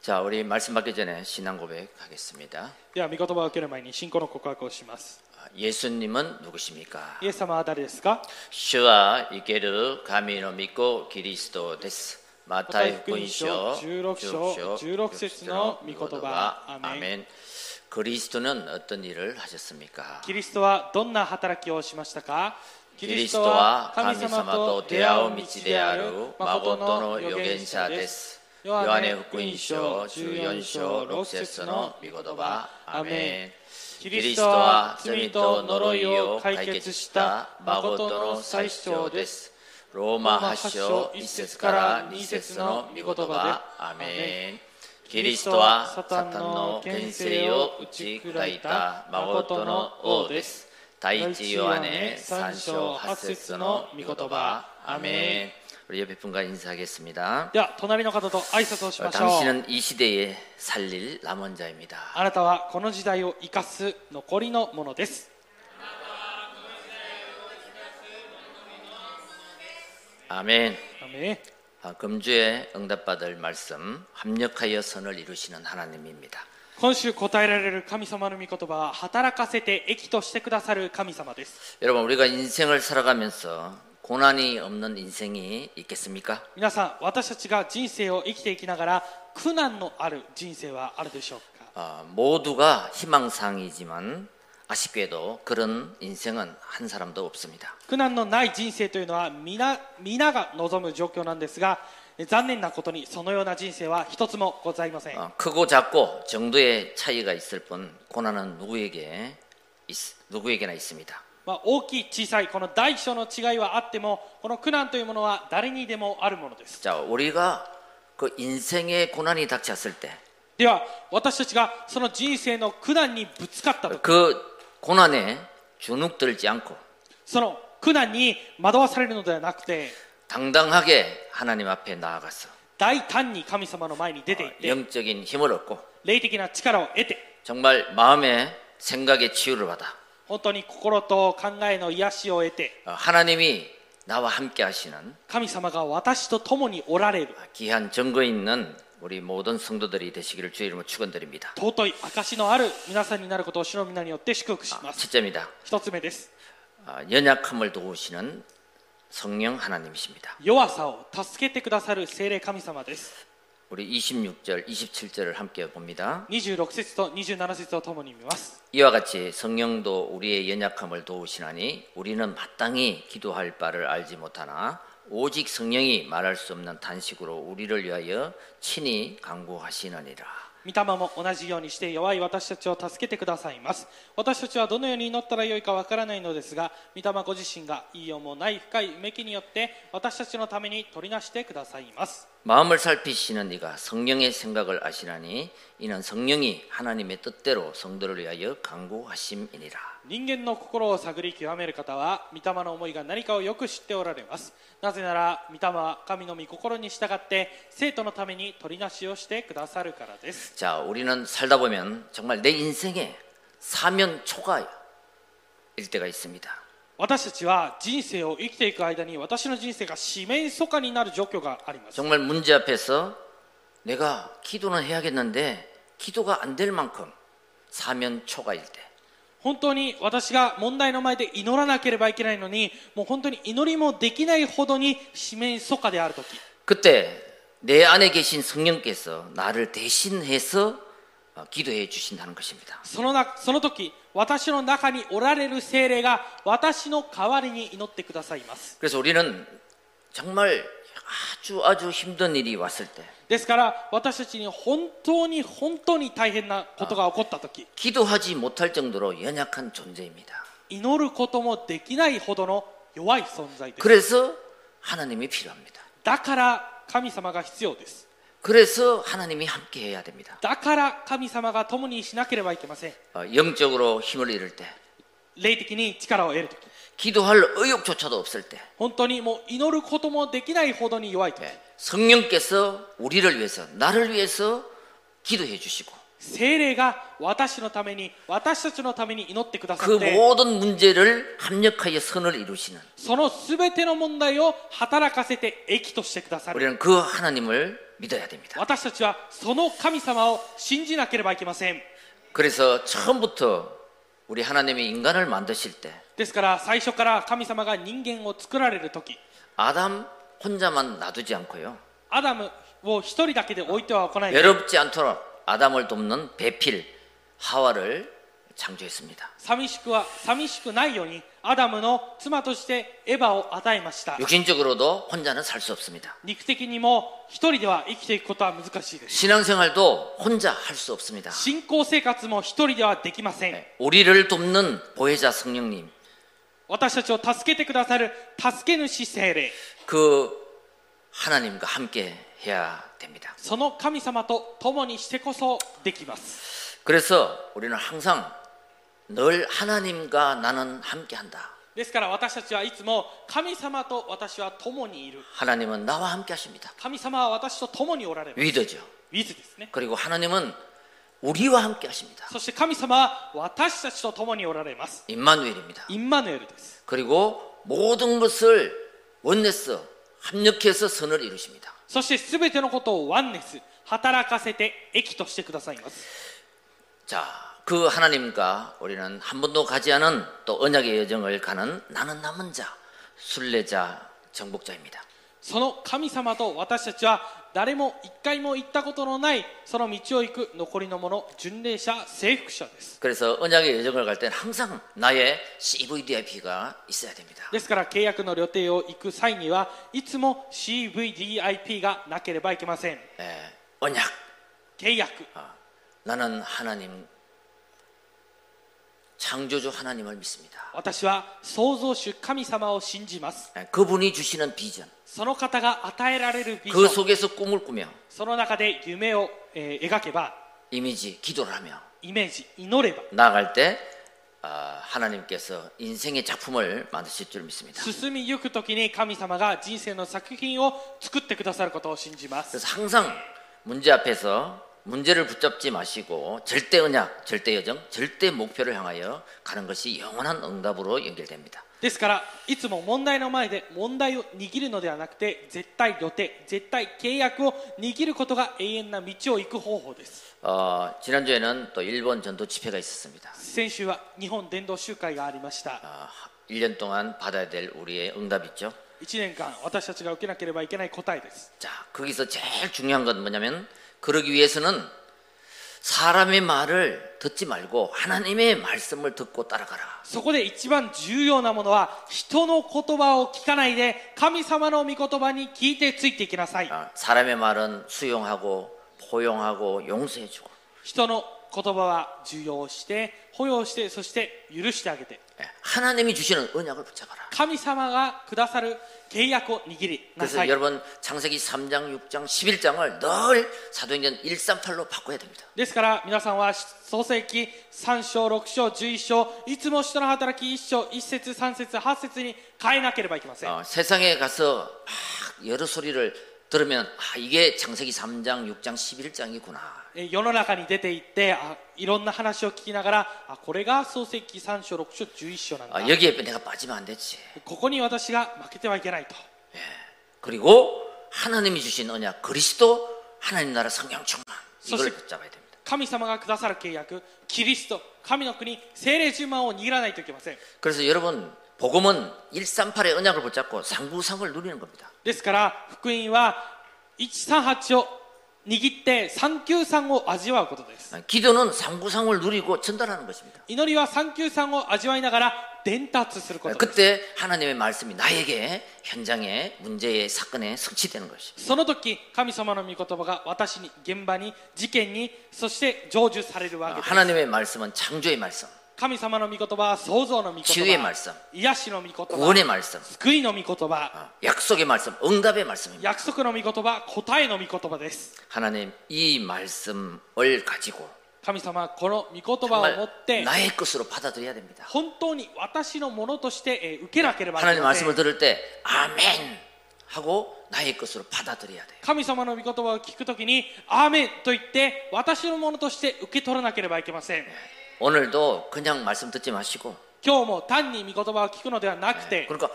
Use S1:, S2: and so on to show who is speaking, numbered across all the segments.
S1: 자, 우리 말씀 받기 전에 신앙 고백하겠습니다.
S2: では御言葉を受ける前に信仰の告白をします
S1: 아, 예수님은 누구십니까?
S2: イエス様は誰ですか
S1: 主は生ける神の御子キリストです。マタイ福音書
S2: 16章16節の御言葉アーメン
S1: アーメン그리스토는 어떤 일을 하셨습니까?
S2: キリストはどんな働きをしましたか
S1: キリストは神様と出会う道である誠の預言者です。ヨハネ福音書14章6節の御言葉アーメンキ
S2: キ
S1: リス
S2: リス
S1: ト
S2: ト
S1: は
S2: は
S1: 罪
S2: 罪
S1: と
S2: と
S1: 呪
S2: 呪
S1: い
S2: い
S1: を
S2: を
S1: 解
S2: 解
S1: 決
S2: 決
S1: し
S2: したた
S1: 誠
S2: 誠
S1: の
S2: の
S1: 最長
S2: 最長
S1: で
S2: ですす。
S1: ローマ8章1節から2節の御言葉。アーメン。キリストはサタンの権勢を打ち砕いた誠の王です。第一ヨハネ3章8節の御言葉。アーメン。우리옆에분과인사하겠습니다
S2: では隣の方と挨拶をしましょう
S1: 어, 당신은 이 시대에 살릴 남은 자입니다.
S2: あなたはこの時代を生かす残りのものです。
S1: 아멘.
S2: アメン
S1: 아, 금주에 응답받을 말씀 합력하여 선을 이루시는 하나님입니다.
S2: 今週答えられる神様の御言葉は働かせて益としてくださる神様です。
S1: 여러분 우리가 인생을 살아가면서 고난이 없는 인생이 있겠습니까?
S2: 皆さん、私たちが人生を生きていきながら苦難のある人生はあるでしょうか
S1: 아, 모두가 희망상이지만 아쉽게도 그런 인생은 한 사람도 없습니다.
S2: 苦難のない人生というのは皆皆が望む状況なんですがえ残念なことにそのような人生は一つもございません
S1: 아, 크고 작고 정도의 차이가 있을 뿐 고난은 누구에게 있, 누구에게나 있습니다.
S2: まあ、大きい小さいこの大小の違いはあってもこの苦難というものは誰にでもあるものです
S1: 자, 우리가 그 인생의 고난이 닥쳤을 때 그
S2: では私たちがその人生の苦難にぶつかった時
S1: 그 고난에 주눅들지 않고
S2: その苦難に惑わされるのではなくて
S1: 당당하게 하나님 앞에 나아가서
S2: 大胆に神様の前に出てい
S1: 네.
S2: って
S1: 영적인 힘을 얻고
S2: 霊的な力を得て
S1: 정말 마음의 생각의 치유를 받아
S2: 本当に心と考えの癒しを得て
S1: 어, 하나님이 나와 함께 하시는
S2: 神様が私と共におられる
S1: 귀한 증거 있는 우리 모든 성도들이 되시기를 주의 이름으로 축원드립니다.
S2: 尊い証のある皆さんになることを主の皆によって祝福します
S1: 첫째입니다.
S2: 一つ目です
S1: 어, 연약함을 도우시는 성령 하나님이십니다.
S2: 弱さを助けてくださる聖霊神様です
S1: 우리 26절, 27절을 함께 봅니다.
S2: 26節と27節を共に見ます
S1: 이와 같이 성령도 우리의 연약함을 도우시나니 우리는 마땅히 기도할 바를 알지 못하나 오직 성령이 말할 수 없는 단식으로 우리를 위하여 친히 강구하시느니라.
S2: 御霊も同じようにして弱い私たちを助けてくださいます私たちはどのように祈ったらよいかわからないのですが御霊ご自身が言いようもない深いうめきによって私たちのために取りなしてくださいます
S1: 마음을 살피시는 이가 성령의 생각을 아시나니 이는 성령이 하나님의 뜻대로 성도를 위하여 강구하심이니라.
S2: 人間の心を探り極める方は御霊の思いが何かをよく知っておられますなぜなら御霊は神の御心に従って生徒のために取りなしをしてくださるからです
S1: 자, 우리는 살다 보면 정말 내 인생에 사면 초가일 때가 있습니다.
S2: 私たちは人生を生きていく間に私の人生が四面楚歌になる状況があります
S1: 정말 문제 앞에서 내가 기도는 해야겠는데 기도가 안 될 만큼 사면 초가일 때.
S2: 本当に私が問題の前で祈らなければいけないのにもう本当に祈りもできないほどに四面楚歌である時
S1: 그때 내 안에 계신 성령께서 나를 대신해서 어, 기도해 주신다는 것입니다.
S2: そのなその時私の中におられる精霊が私の代わりに祈ってくださいます
S1: 그래서 우리는 정말 아주 아주 힘든 일이 왔을 때
S2: ですから私たちに本当に本当に大変なことが起こった時
S1: 기도하지 못할 정도로 연약한 존재입니다.
S2: 祈ることもできないほどの弱い存在です
S1: 그래서 하나님이 필요합니다.
S2: だから神様が必要です
S1: 그래서 하나님이 함께 해야 됩니다.
S2: だから神様が共にしなければいけません
S1: 어, 영적으로 힘을 잃을 때,
S2: 霊的に力を得る時
S1: 기도할 의욕조차도 없을 때,
S2: 本当にもう祈ることもできないほどに弱い時
S1: 성령께서 우리를 위해서, 나를 위해서 기도해 주시고,
S2: 精霊が私のために私たちのために祈ってくださ
S1: 그
S2: って
S1: 모든 문제를 합력하여 선을 이루시는
S2: その全ての問題を働かせて益としてくださる
S1: 우리는 그 하나님을 믿어야 됩니다.
S2: 私たちはその神様を信じなければいけません
S1: 그래서 처음부터 우리 하나님이 인간을 만드실 때
S2: ですから最初から神様が人間を作られる時
S1: 아담 혼자만 놔두지 않고요.
S2: アダムを一人だけで置いてはおかない
S1: 외롭지 않도록 아담을 돕는 배필 하와를 창조했습니다.
S2: 寂しくは寂しくないようにアダムの妻としてエヴァを与えました
S1: 육신적으로도 혼자는 살 수 없습니다.
S2: 肉的にも一人では生きていくことは難しいです
S1: 신앙생활도 혼자 할 수 없습니다.
S2: 信仰生活も一人ではできません
S1: 우리를 돕는 보혜자 성령님,
S2: 私たちを助けてくださる助け主精霊
S1: 그 하나님과 함께 해야 됩니다.
S2: その神様と共にしてこそできます
S1: 그래서 우리는 항상 늘 하나님과 나는 함께 한다.
S2: ですから私たちはいつも神様と私は共にいる
S1: 하나님은 나와 함께 하십니다.
S2: 神様は私と共におられる
S1: 위더죠.
S2: ウィズですね
S1: 그리고 하나님은 우리와 함께 하십니다.
S2: そして神様は私たちと共におられます
S1: 임마누엘입니다.
S2: インマヌエルです
S1: 그리고 모든 것을 원내서 합력해서 선을 이루십니다.
S2: そして全てのことをワンネス働かせて益としてくださいます
S1: 자, 그 하나님과 우리는 한 번도 가지 않은 또 언약의 여정을 가는 나는 남은 자, 순례자, 정복자입니다.
S2: その神様と私たちは誰も一回も行ったことのないその道を行く残りの者巡礼者征服者です
S1: 그래서 언약의 여정을 갈 때는 항상 나의 CVDIP가 있어야 됩니다.
S2: ですから契約の旅程を行く際にはいつも CVDIP がなければいけません
S1: 예, 언약.
S2: 契約
S1: 나는 하나님, 창조주 하나님을 믿습니다.
S2: 私は創造主神様を信じます
S1: 예, 그분이 주시는ビジョン.
S2: その方が与えられるビジ
S1: 그
S2: ョン
S1: 속에서 꿈을 꾸며
S2: その中で夢を、えー描けば
S1: 이미지, 기도를 하며
S2: イメージ祈れば
S1: 나아갈 때 아, 하나님께서 인생의 작품을 만드실 줄 믿습니다.
S2: 進みゆく時に神様が人生の作品を作ってくださることを信じます
S1: 그래서 항상 문제 앞에서 문제를 붙잡지 마시고 절대 언약, 절대 여정, 절대 목표를 향하여 가는 것이 영원한 응답으로 연결됩니다.
S2: ですからいつも問題の前で問題を握るのではなくて絶対予定絶対契約を握ることが永遠な道を行く方法です
S1: 어, 지난주에는 또 일본 전도 집회가 있었습니다.
S2: 先週は日本伝道集会がありました
S1: 아, 1년 동안 받아야 될 우리의 응답 있죠.
S2: 1年間私たちが受けなければいけない答えです
S1: 자, 거기서 제일 중요한 건 뭐냐면 그러기 위해서는 사람의 말을 듣지 말고 하나님의 말씀을 듣고 따라가라.
S2: そこで一番重要なものは人の言葉を聞かないで神様の御言葉に聞いてついていきなさい
S1: 아, 사람의 말은 수용하고 포용하고 용서해주고
S2: 人の言葉は重要して保養してそして許してあげて
S1: 예, 하나님이 주시는 언약을 붙잡아라.
S2: 神様がくださる契約を握りなさ
S1: 그래서
S2: い
S1: 여러분 창세기 3장, 6장, 11장을 늘 사도행전 138로 바꿔야 됩니다.
S2: ですから皆さんは創世記3章6章11章いつも人の働き1章1節3節8節に変えなければいけません
S1: 어, 세상에 가서 막 여러 소리를 들으면 아, 이게 창세기 3장, 6장, 11장이구나. 아,
S2: え世の中に出て行ってあいろんな話を聞きながらあこれが創世記3章6章11章なんだ
S1: 여기에 내가 빠지면 안 되지.
S2: ここに私が負けてはいけないと
S1: 그리고 하나님이 주신 언약 그리스도 하나님 나라 성령 충만 이걸
S2: 소식.
S1: 붙잡아야 됩니다.
S2: 神様がくださる契約キリスト神の国精霊十万を握らないといけません
S1: 그래서 여러분 복음은 138의 언약을 붙잡고 상부상을 누리는 겁니다.
S2: ですから福音は138を握って393を味わうことです
S1: 아, 기도는 상부상을 누리고 전달하는 것입니다.
S2: 祈りは393を味わいながら伝達することです
S1: 아, 그때 하나님의 말씀이 나에게 현장의 문제의 사건에 성취되는 것이죠.
S2: その時神様の御言葉が私に現場に事件にそして成就されるわけです
S1: 하나님의 말씀은 창조의 말씀,
S2: 神様の御言葉は創造の御言
S1: 치유의말
S2: 葉
S1: 씀
S2: 癒しの御言葉
S1: 구원의 말씀,
S2: 救いの御言葉
S1: 약속의 말씀, 응답의 말씀입니다.
S2: 約束の御言葉答えの御言葉です
S1: 하나님 이 말씀을 가지고
S2: 神様はこの御言葉を持って
S1: 정말 나의 것으로 받아들여야 됩니다.
S2: 本当に私のものとしてえー受けなければなり
S1: 하나님
S2: ません
S1: 말씀을 들을 때 아멘 하고 나의 것으로 받아들여야 돼요.
S2: 神様の御言葉を聞くときに「アーメン」と言って私のものとして受け取らなければいけません
S1: 오늘도 그냥 말씀 듣지 마시고
S2: 今日も単に御言葉を聞くのではなくて
S1: 그러니까 아,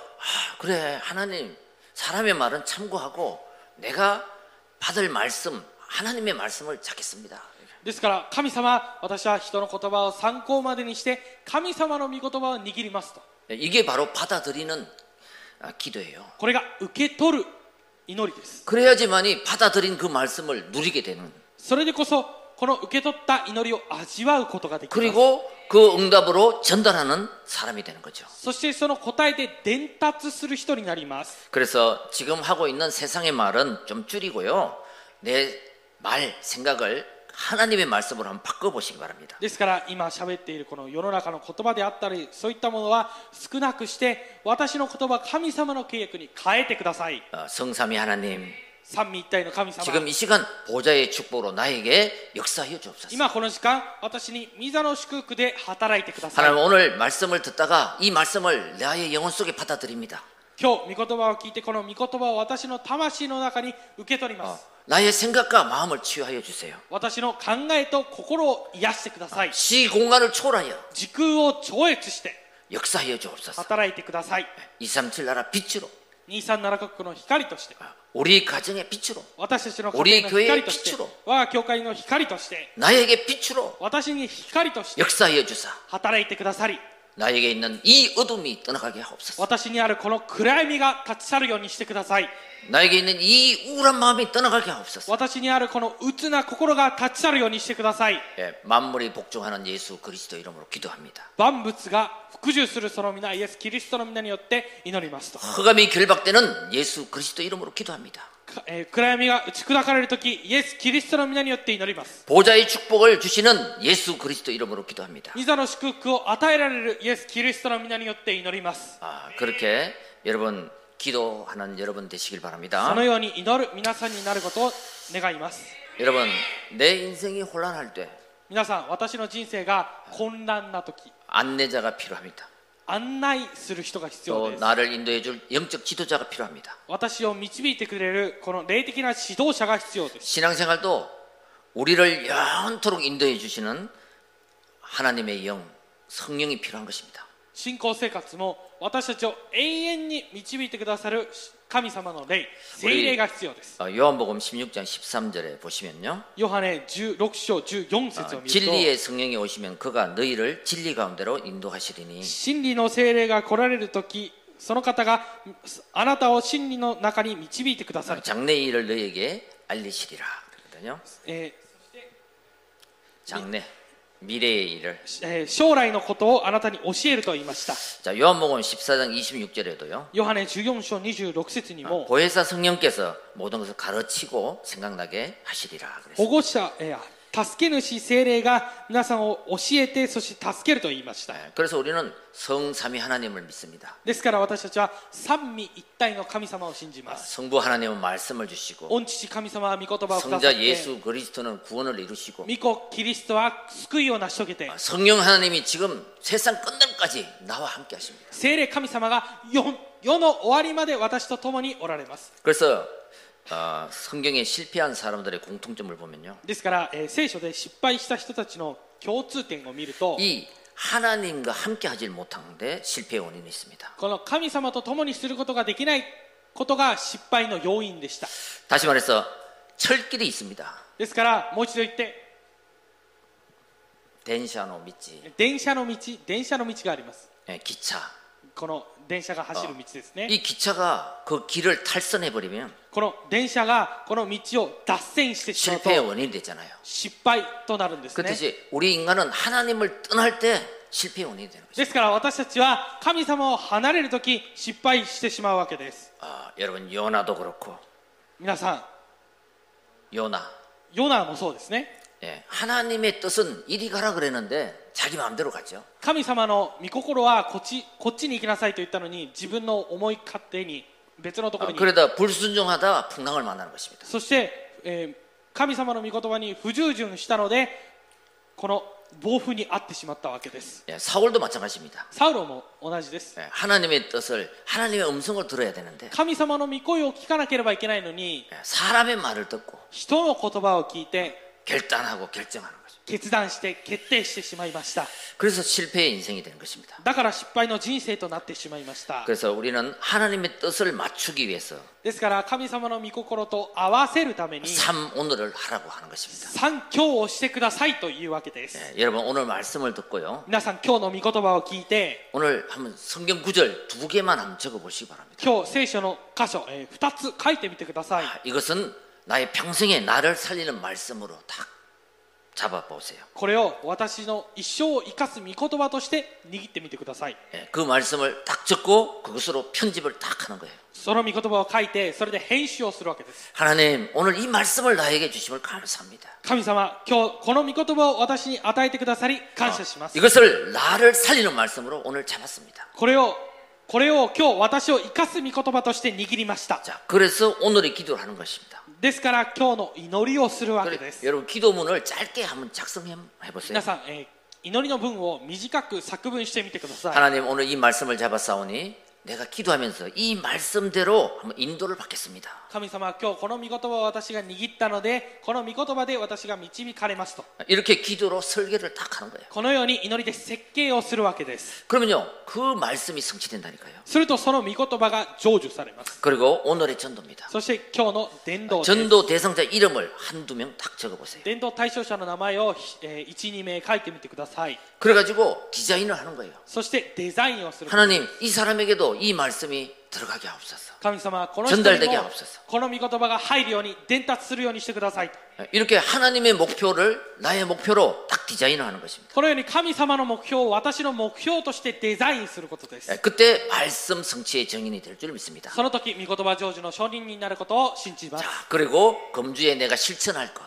S1: 그래 하나님 사람의 말은 참고하고 내가 받을 말씀 하나님의 말씀을 찾겠습니다.
S2: ですから神様私は人の言葉を参考までにして神様の御言葉を握りますと
S1: 이게 바로 받아들이는 아, 기도예요.
S2: これが受け取る祈りです
S1: 그래야지만이 받아들인 그 말씀을 누리게 되는
S2: それでこそこの受け取った祈りを味わうことができます
S1: 그리고 그 응답으로 전달하는 사람이 되는 거죠.
S2: そしてその答えで伝達する人になります
S1: 그래서 지금 하고 있는 세상의 말은 좀 줄이고요. 내 말, 생각을 하나님의 말씀으로 한번 바꿔보시기 바랍니다.
S2: ですから今喋っているこの世の中の言葉であったりそういったものは少なくして私の言葉神様の契約に変えてください
S1: 어, 성삼위 하나님,
S2: 三位一体の神様
S1: 지금 이 시간 보좌의 축복으로 나에게 역사하여 주옵소서.
S2: 今この時間私に御座の祝福で働いてください
S1: 하나님 오늘 말씀을 듣다가 이 말씀을 나의 영혼 속에 받아들입니다.
S2: 今日御言葉を聞いてこの御言葉を私の魂の中に受け取ります
S1: 어, 나의 생각과 마음을 치유하여 주세요.
S2: 私の考えと心を癒してください
S1: 시 공간을 초월하여
S2: 時空を超越して
S1: 역사하여 주옵소서.
S2: 働いてください
S1: 237 나라 빛으로 어,
S2: 237カ国の光として
S1: 우리 가정의 빛으로
S2: 私たちの家庭の光として我が教会の光として
S1: 나에게 빛으로
S2: 私に光として
S1: 역사하여 주사
S2: 働いてくださり
S1: 나에게 있는 이 어둠이 떠나가게 하옵소서.
S2: 私にあるこの暗闇が立ち去るようにしてください
S1: 나에게 있는 이 우울한 마음이 떠나가게 하옵소서.
S2: 私にあるこの鬱な心が立ち去るようにしてください
S1: 예, 만물이 복종하는 예수 그리스도 이름으로 기도합니다.
S2: 万物が服従するその皆イエス・キリストの皆によって祈りますと、
S1: 허감이 결박되는 예수 그리스도 이름으로 기도합니다.
S2: かえー暗闇が打ち砕かれる時イエス・キリストの皆によって祈ります
S1: 보좌의 축복을 주시는 예수 그리스도 이름으로 기도합니다.
S2: 御座の祝福を与えられるイエス・キリストの皆によって祈ります
S1: 아, 그렇게 여러분 기도하는 여러분 되시길
S2: そ
S1: 바랍니다.
S2: のように祈る皆さんになることを願います
S1: 여러분 내 인생이 혼란할 때
S2: 皆さん私の人生が混乱な時
S1: 안내자가 필요합니다.
S2: 案内する人が必要
S1: 또
S2: です
S1: 나를 인도해 줄 영적 지도자가 필요합니다.
S2: 私を導いてくれるこの霊的な指導者が必要です
S1: 신앙생활도 우리를 영토록 인도해 주시는 하나님의 영 성령이 필요한 것입니다.
S2: 信仰生活も私たちを永遠に導いてくださる神様の霊聖霊が必要です
S1: 어, 요한복음 16장 13절에 보시면요.
S2: ヨハネ16章14節を
S1: 어,
S2: 見ると
S1: 진리의 성령이 오시면 그가 너희를 진리 가운데로 인도하시리니
S2: 真理の聖霊が来られる時その方があなたを真理の中に導いてくださる、
S1: 장래의 일을 너희에게 알리시리라 그러거든요.
S2: え
S1: 장래 미래의 일을
S2: ーしえー将来のことをあなたに教えると言いました
S1: 자 요한복음 14장 26절에도요.
S2: ヨハネ14章26節にも
S1: 보혜사 성령께서 모든 것을 가르치고 생각나게 하시리라 그랬어요.
S2: 保護者えー助け主聖霊が皆さんを教えてそして助けると言いました
S1: 예, 그래서 우리는 성삼위 하나님을 믿습니다.
S2: ですから私たちは三位一体の神様を信じます
S1: 성부 하나님은 말씀을 주시고
S2: 御父神様は御言葉をくださっ
S1: 성자
S2: て
S1: 예수 그리스도는 구원을 이루시고
S2: 御子キリストは救いを成し遂げて
S1: 성령 하나님이 지금 세상 끝날까지 나와 함께 하십니다.
S2: 聖霊神様が世世の終わりまで私と共におられます
S1: 그래서 어, 성경에 실패한 사람들의 공통점을 보면요.
S2: ですから、えー聖書で失敗した人たちの共通点を見ると
S1: 이 하나님과 함께 하질 못하는데 실패의 원인이 있습니다.
S2: この神様と共にすることができないことが失敗の要因でした
S1: 다시 말해서 철길이 있습니다.
S2: ですからもう一度言って
S1: 덴샤노 믿지,
S2: 電車の道電車の道があります
S1: 예, 기차.
S2: この電車が走る道ですね
S1: 이 기차가 그 길을 탈선해 버리면
S2: この電車がこの道を脱線してしまうと
S1: 실패의 원인이 되잖아요.
S2: 失敗となるんですね
S1: 그렇듯이 우리 인간은 하나님을 떠날 때 실패의 원인이 되는 거죠.
S2: ですから私たちは神様を離れる時失敗してしまうわけです
S1: 아, 여러분 요나도 그렇고
S2: 皆さ
S1: 요나
S2: んヨナもそうですね
S1: 예, 하나님의 뜻은 이리 가라 그랬는데 자기 마음대로 갔죠.
S2: 神様の御心はこっちこっちに行きなさいと言ったのに自分の思い勝手に別のとこ
S1: 아,
S2: ろに行く
S1: 그러다 불순종하다 풍랑을 만나는 것입니다.
S2: そして、えー神様の御言葉に不従順したのでこの暴風に遭ってしまったわけです
S1: 예, 사울도 마찬가지입니다.
S2: サウロも同じです
S1: 예, 하나님의 뜻을 하나님의 음성을 들어야 되는데
S2: 神様の御声を聞かなければいけないのに
S1: 예, 사람의 말을 듣고
S2: 人の言葉を聞いて
S1: 결단하고 결정하는 거죠.
S2: 決断して決定してしまいました
S1: 그래서 실패의 인생이 되는 것입니다.
S2: だから失敗の人生となってしまいました
S1: 그래서 우리는 하나님의 뜻을 맞추기 위해서
S2: ですから神様の御心と合わせるた
S1: 음.
S2: めに
S1: 삼 오늘을 하라고 하는 것입니다.
S2: 三教をしてくださいというわけです
S1: 예, 여러분 오늘 말씀을 듣고요.
S2: 皆さん今日の御言葉を聞いて
S1: 오늘 한번 성경 구절 두 개만 한번 적어보시기 바랍니다.
S2: 今日聖書の箇所、え2つ書いてみてください
S1: 아, 이것은 나의 평생에 나를 살리는 말씀으로 딱 잡아보세요.
S2: これを私の一生を生かす御言葉として握ってみてください
S1: 예, 그 말씀을 딱 적고 그것으로 편집을 딱 하는 거예요.
S2: その御言葉を書いてそれで編集をするわけです
S1: 하나님 오늘 이 말씀을 나에게 주심을 감사합니다.
S2: 神様今日この御言葉を私に与えてくださり感謝します
S1: 이것을 나를 살리는 말씀으로 오늘 잡았습니다.
S2: これをこれを今日私を生かす御言葉として握りました
S1: 자, 그래서 오늘의 기도를 하는 것입니다.
S2: ですから今日の祈りをするわけ
S1: 그래,
S2: です
S1: 여러분 기도문을 짧게 한번 작성해 보세요.
S2: 皆さん、えー祈りの文を短く作文してみてください
S1: 하나님 오늘 이 말씀을 잡았사오니 내가 기도하면서 이 말씀대로 한번 인도를 받겠습니다.
S2: 神様今日この御言葉を私が握ったのでこの御言葉で私が導かれますと
S1: 이렇게 기도로 설계를 딱 하는 거예요.
S2: このように祈りで設計をするわけです
S1: 그러면요 그 말씀이 성취된다니까요.
S2: するとその御言葉が成就されます
S1: 그리고 오늘의 전도입니다.
S2: そして今日の伝道です
S1: 전도 대상자 이름을 한두 명 딱 적어보세요.
S2: 伝道対象者の名前を、えー12名書いてみてください
S1: 그래가지고 디자인을 하는 거예요.
S2: そしてデザインをする
S1: 하나님 이 사람에게도 이 말씀이 들어가게 하옵소서.
S2: 神様はこの人に
S1: 전달되게하옵
S2: も
S1: 소서
S2: この御言葉が入るように伝達するようにしてください
S1: 이렇게 하나님의 목표를 나의 목표로 딱 디자인을 하는 것입니다.
S2: このように神様の目標を私の目標としてデザインすることです
S1: 예, 그때 말씀 성취의 정인이 될 줄 믿습니다.
S2: その時御言葉成就の証人になることを信じます
S1: 자, 그리고 금주에 내가 실천할 것.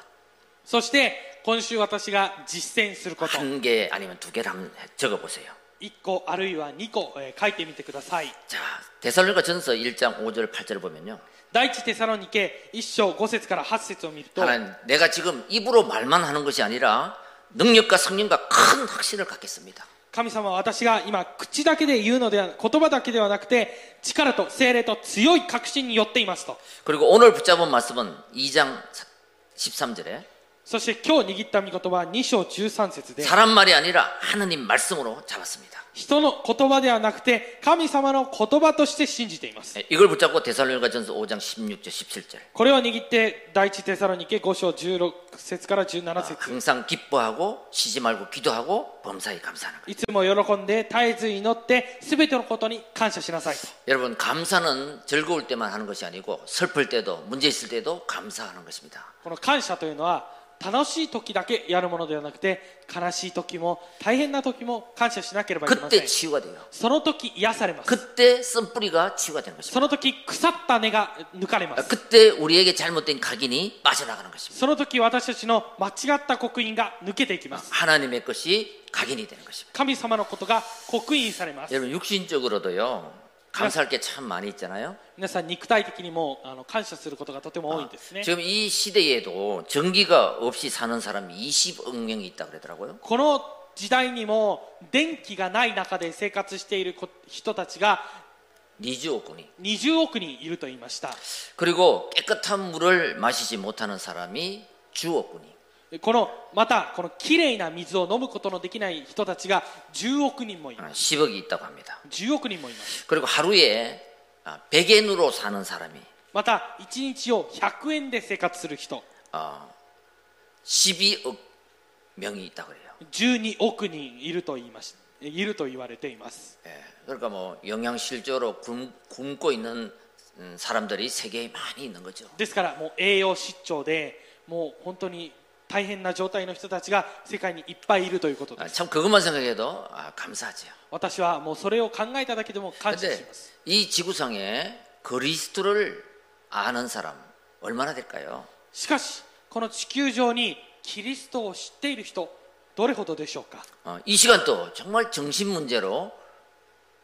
S2: そして今週私が実践すること
S1: 한 개 아니면 두 개를 한번 적어보세요.
S2: 1個あるいは2個、えー書いてみてください
S1: 자, 데살로니가 전서 1장 5절 8절을 보면요.
S2: 第一テサロニケ1章5節から8節を見ると
S1: 하나님, 내가 지금 입으로 말만 하는 것이 아니라 능력과 성령과 큰 확신을 갖겠습니다.
S2: 神様は私が今口だけで言うのでは言葉だけではなくて力と精霊と強い確信によっていますと
S1: 그리고 오늘 붙잡은 말씀은 2장 13절에
S2: そして今日握った御言葉は2章13節で
S1: 사람 말이 아니라 하나님 말씀으로 잡았습니다.
S2: 人の言葉ではなくて神様の言葉として信じています
S1: 예, 이걸 붙잡고 데살로니가 전서 5장 16절 17절
S2: これを握って第一テサロニケ5章16節から17
S1: 아,
S2: 節
S1: 항상 기뻐하고 쉬지 말고 기도하고 범사에 감사하는 거예요.
S2: いつも喜んで絶えず祈って全てのことに感謝しなさい
S1: 여러분 감사는 즐거울 때만 하는 것이 아니고 슬플 때도 문제 있을 때도 감사하는 것입니다.
S2: この感謝というのは楽しい時だけやるものではなくて悲しい時も大変な時も感謝しなければいけません
S1: 그때 치유가 돼요.
S2: その時癒されます
S1: 그때 쓴 뿌리가 치유가 되는 것입니다.
S2: その時腐った根が抜かれま
S1: 아,
S2: す
S1: 그때 우리에게 잘못된 각인이 빠져나가는 것입니다.
S2: その時私たちの間違った刻印が抜けていきます
S1: 하나님의 것이 각인이 되는 것입니다.
S2: 神様のことが刻印されます
S1: 여러분 육신적으로도요. 감사할 게 참 많이 있잖아요.
S2: 皆さん肉体的にもあの感謝することがとても多いんですね
S1: 지금 이 시대에도 전기가 없이 사는 사람이 20억 명이 있다 그러더라고요.
S2: この時代にも電気がない中で生活しているこ人たちが
S1: 20억 명이.
S2: 20億人いると言いました
S1: 그리고 깨끗한 물을 마시지 못하는 사람이 주억 명이.
S2: このまたこのきれいな水を飲むことのできない人たちが10億人もいる
S1: 아, 10억이 있다고 합니다.
S2: 10億人もいます
S1: 그리고 하루에 아, 100엔으로 사는 사람이
S2: また1日を100円で生活する人
S1: 어, 12억 명이 있다 그래요.
S2: 12億人いると言いましいると言われています
S1: 예, 그러니까 뭐 영양실조로 굶, 굶고 있는 음, 사람들이 세계에 많이 있는 거죠.
S2: ですからもう栄養失調でもう本当に大変な状態の人たちが世界にいっぱいいるということで
S1: 아,
S2: す
S1: 참 그것만 생각해도 아, 감사하지요.
S2: 私はもうそれを考えただけでも感謝し
S1: 근데
S2: ます
S1: 이 지구상에 그리스도를 아는 사람 얼마나 될까요?
S2: しかしこの地球上にキリストを知っている人どれほどでしょうか
S1: 어, 이 시간 또 정말 정신 문제로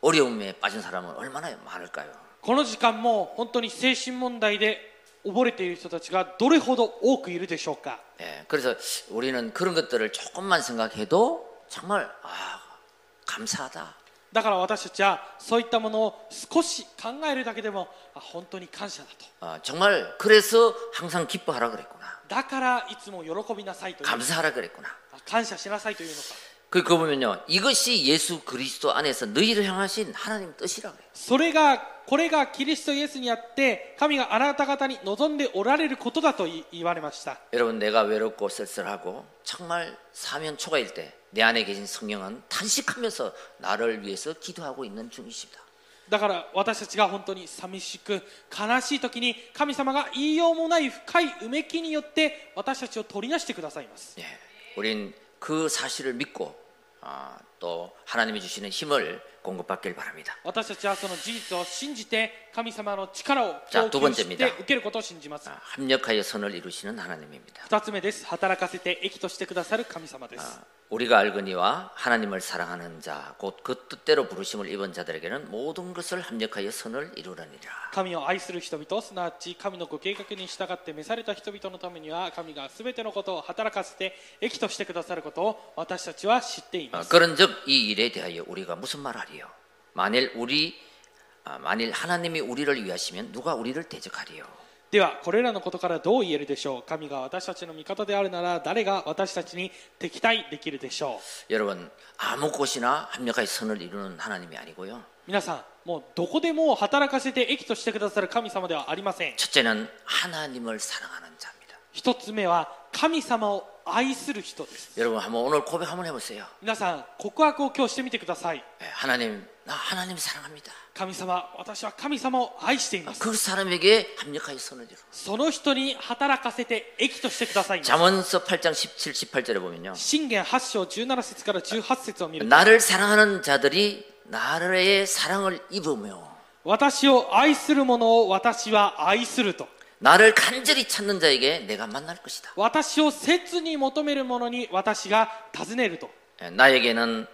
S1: 어려움에 빠진 사람은 얼마나 많을까요?
S2: この時間も本当に精神問題で溺れている人たちがどれほど多くいるでしょうか
S1: 예, 그래서 우리는 그런 것들을 조금만 생각해도 정말 아 감사하다.
S2: だから私たちはそういったものを少し考えるだけでもあ本当に感謝だと
S1: 어, 정말 그래서 항상 기뻐하라 그랬구나.
S2: だからいつも喜びなさいという
S1: 감사하라 그랬구나.
S2: あ感謝しなさいというのか
S1: 그 그거 보면요. 이것이 예수 그리스도 안에서 너희를 향하신 하나님 뜻이라고 해요.
S2: それがこれがキリストイエスにあって神があなた方に望んでおられることだとい言われました
S1: 여러분 내가 외롭고 쓸쓸하고 정말 사면초가일 때 내 안에 계신 성령은 탄식하면서 나를 위해서 기도하고 있는 중이십니다.
S2: だから私たちが本当に寂しく悲しい時に神様が言いようもない深いうめきによって私たちを取り出してくださいます
S1: 예, 우린 그 사실을 믿고 아, 또 하나님이 주시는 힘을 공급받길 바랍니다.
S2: 私たちはその事実を信じて神様の力を
S1: じゃあ
S2: 供給して
S1: 두 번째입니다
S2: 受けることを信じます
S1: 아, 합력하여 선을 이루시는 하나님입니다.
S2: 2つ目です働かせて益としてくださる神様です
S1: 아, 우리가 알거니와 하나님을 사랑하는 자, 곧 그 뜻대로 부르심을 입은 자들에게는 모든 것을 합력하여 선을 이루느니라.
S2: 神を愛する人々すなわち神のご計画に従って召された人々のためには神が全てのことを働かせて益としてくださることを私たちは知ってい
S1: 아,
S2: ます
S1: 그런즉 이 일에 대하여 우리가 무슨 말하리요? 만일 우리 아, 만일 하나님이 우리를 위하시면 누가 우리를 대적하리요?
S2: ではこれらのことからどう言えるでしょう神が私たちの味方であるなら誰が私たちに敵対できるでしょう
S1: 여러분 아무 곳이나 합력하여 선을 이루는 하나님이 아니고요.
S2: 皆さんもうどこでも働かせて益としてくださる神様ではありません
S1: 첫째는 하나님을 사랑하는 자입니다.
S2: 一つ目は神様を愛する人です
S1: 여러분 한번 오늘 고백 한번 해보세요.
S2: 皆さん告白を今日してみてください
S1: 예, 하나님 나 하나님 사랑합니다.
S2: 神様私は神様を愛しています
S1: 그 사람에게 합력하여 선을 이루.
S2: その人に働かせて益としてくださいます
S1: 잠언서 8장 17, 18절에 보면요.
S2: 信玄8章17節から18節を見ると
S1: 나를 사랑하는 자들이 나의 사랑을 입으며
S2: 私を愛する者を私は愛すると
S1: 나를 간절히 찾는 자에게 내가 만날 것이다.
S2: 私を切に求める者に私が尋ねると
S1: 예, 나에게는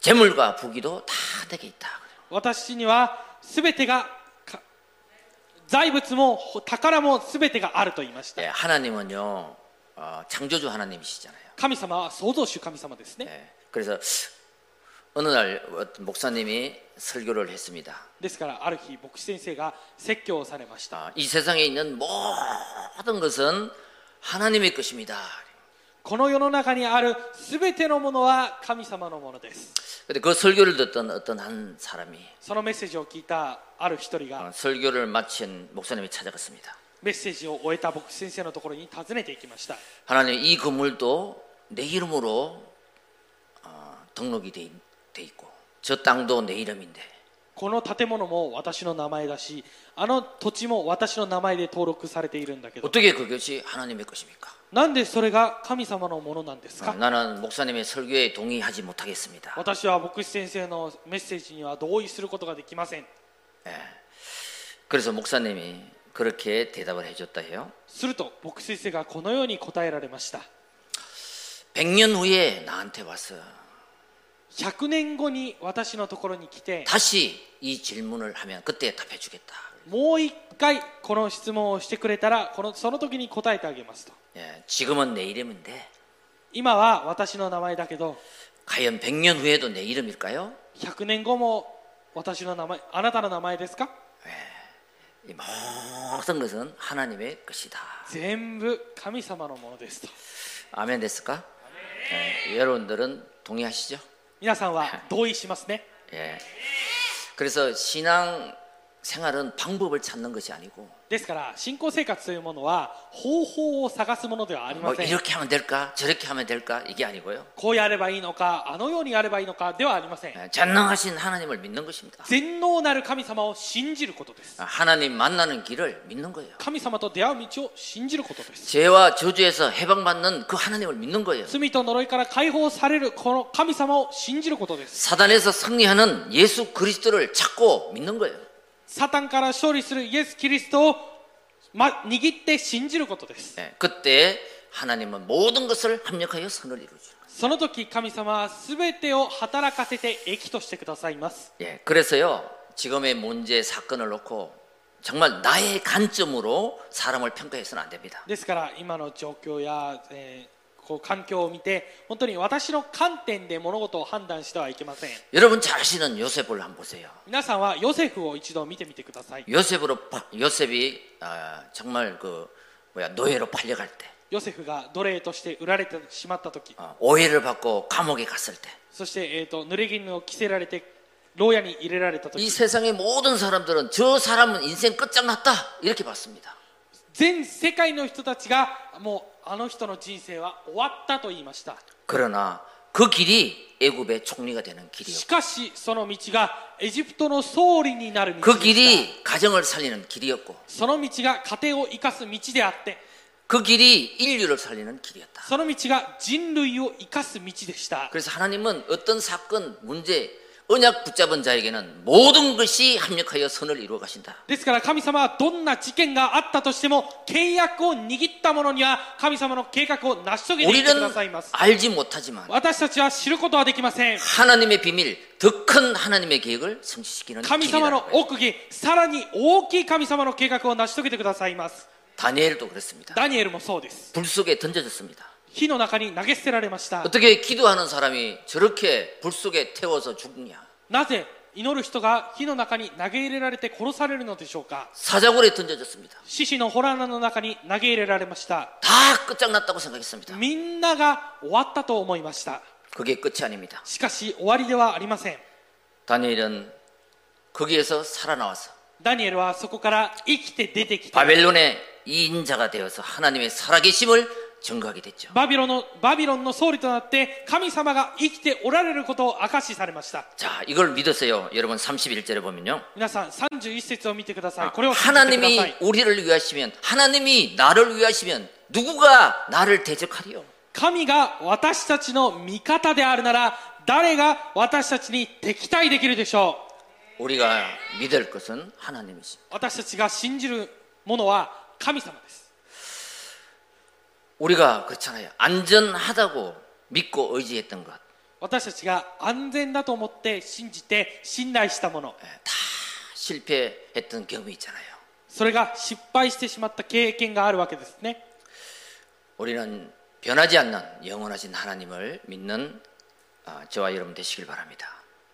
S1: 재물과 부귀도 다 내게 있다.
S2: 私には全てがか財物も宝も全てがあると言いました
S1: 예, 하나님은요 어, 창조주 하나님이시잖아요.
S2: 神様は創造主神様ですね
S1: 예, 그래서 어느 날 어떤 목사님이 설교를 했습니다.
S2: ですからある日牧師先生が説教をされました
S1: 아, 이 세상에 있는 모든 것은 하나님의 것입니다.
S2: この世の中にある全てのものは神様のものです
S1: 근데 그 설교를 듣던 어떤 한 사람이
S2: そのメッセージを聞いたある一人
S1: 어,
S2: が
S1: 설교를 마친 목사님이 찾아갔습니다.
S2: メッセージを終えた牧師先生のところに訪ねていきました
S1: 하나님 이 건물도 내 이름으로 어, 등록이 돼, 있- 돼 있고 저 땅도 내 이름인데
S2: この建物も私の名前だしあの土地も私の名前で登録されているんだけど
S1: 어떻게 그것이 하나님의 것입니까?
S2: なんでそれが神様のものなんです
S1: 아,
S2: か
S1: 나는 목사님의 설교에 동의하지 못하겠습니다.
S2: 私は牧師先生のメッセージには同意することができません
S1: 그래서 목사님이 그렇게 대답을 해줬다 해요.
S2: すると牧師先生がこのように答えられました
S1: 100년 후에 나한테 와서
S2: 100年後に私のところに来て
S1: 다시 이 질문을 하면 그때 답해 주겠다.
S2: もう一回この質問をしてくれたらこのその時に答えてあげますと
S1: 예, 지금은 내 이름인데
S2: 今は私の名前だけど
S1: 과연 100년 후에도 내 이름일까요?
S2: 100年後も私の名前あなたの名前ですか
S1: 이 모든 것은 하나님의 것이다.
S2: 全部神様のものですと
S1: 아멘 됐을까? 예, 여러분들은 동의하시죠?
S2: 皆さんは同意しますね
S1: 예. 그래서 신앙 생활은 방법을 찾는 것이 아니고
S2: ですから信仰生活というものは方法を探すものではあり
S1: 뭐
S2: ません
S1: 이렇게 하면 될까? 저렇게 하면 될까? 이게 아니고요.
S2: こうやればいいのかあのようにやればいいのかではありません
S1: 예, 전능하신 하나님을 믿는 것입니다.
S2: 全能なる神様を信じることです
S1: 아, 하나님 만나는 길을 믿는 거예요.
S2: 神様と出会う道を信じることです
S1: 죄와 저주에서 해방받는 그 하나님을 믿는 거예요.
S2: 罪と呪いから解放されるこの神様を信じることです
S1: 사단에서 승리하는 예수 그리스도를 찾고 믿는 거예요.
S2: サタンから勝利するイエス・キリストを、ま、握って信じることです
S1: 예, 그때 하나님은 모든 것을 합력하여 선을 이루죠.
S2: その時神様は全てを働かせて益としてくださいます
S1: 예, 그래서요 지금의 문제 사건을 놓고 정말 나의 관점으로 사람을 평가해서는 안 됩니다.
S2: ですから今の状況や、えーこう環境を見て本当に私の観点で物事を判断してはいけません
S1: 여러분 잘 아시는 요셉을 한번 보세요.
S2: 皆さんはヨセフを一度見てみてください
S1: 요셉으로 파- 요셉이 아, 정말 그 뭐야 노예로 팔려갈 때
S2: ヨセフが奴隷として売られてしまった時
S1: 어, 오해를 받고 감옥에 갔을 때 이
S2: そして、えー、と濡れ衣を着せられて牢屋に入れられた時
S1: 세상의 모든 사람들은 저 사람은 인생 끝장났다 이렇게 봤습니다.
S2: 全世界の人たちがもうあの人の人生は終わったと言いました
S1: 그러나 그 길이 애굽의 총리가 되는
S2: し
S1: 길이었고
S2: かしその道がエジプトの総理になる道
S1: 그
S2: でした
S1: 길이 가정을 살리는 길이었고
S2: その道が家庭を生かす道であって
S1: 그 길이 인류를 살리는 길이었다.
S2: その道が人類を生かす道でした
S1: 그래서 하나님은 어떤 사건, 문제, 언약 붙잡은 자에게는 모든 것이 합력하여 선을 이루어 가신다.
S2: ですから神様はどんな事件があったとしても契約を握った者には神様の計画を成し遂げていってく
S1: 우리는
S2: ださいます
S1: 알지 못하지만
S2: 私たちは知ることはできません
S1: 하나님의 비밀, 더 큰 하나님의 계획을 성취시키는
S2: 神様の
S1: 길이라는 거예요.
S2: 奥義さらに大きい神様の計画を成し遂げてくださいます
S1: 다니엘도 그랬습니다.
S2: ダニエルもそうです
S1: 불 속에 던져졌습니다.
S2: 火の中に投げ捨てられました
S1: 어떻게 기도하는 사람이 저렇게 불 속에 태워서 죽냐?
S2: なぜ祈る人が火の中に投げ入れられて殺されるのでしょうか
S1: 사자골에 던져졌습니다.
S2: 獅子のホラーの中に投げ入れられました
S1: 다 끝장났다고 생각했습니다.
S2: みんなが終わったと思いました
S1: 그게 끝이 아닙니다.
S2: しかし終わりではありません
S1: 다니엘은 거기에서 살아나와서
S2: ダニエルはそこから生きて出てきた
S1: 바벨론의 이인자가 되어서 하나님의 살아계심을 증거하게 됐죠.
S2: バビロンのバビロンの総理となって神様が生きておられることを証しされました
S1: 자, 이걸 믿으세요. 여러분 31절에 보면요.
S2: 皆さん31節を見てくださいこれを信じてください
S1: 하나님이 우리를 위하시면 하나님이 나를 위하시면 누구가 나를 대적하리요?
S2: 神が私たちの味方であるなら誰が私たちに敵対できるでしょう
S1: 우리가 믿을 것은 하나님이시.
S2: 私たちが信じるものは神様です
S1: 우리가 그렇잖아요. 안전하다고 믿고 의지했던 것.
S2: 私たちが安全だと思って信じて信頼したもの
S1: 예, 다 실패했던 경험이 있잖아요.
S2: それが失敗してしまった経験があるわけですね
S1: 우리는 변하지 않는 영원하신 하나님을 믿는 아, 저와 여러분 되시길 바랍니다.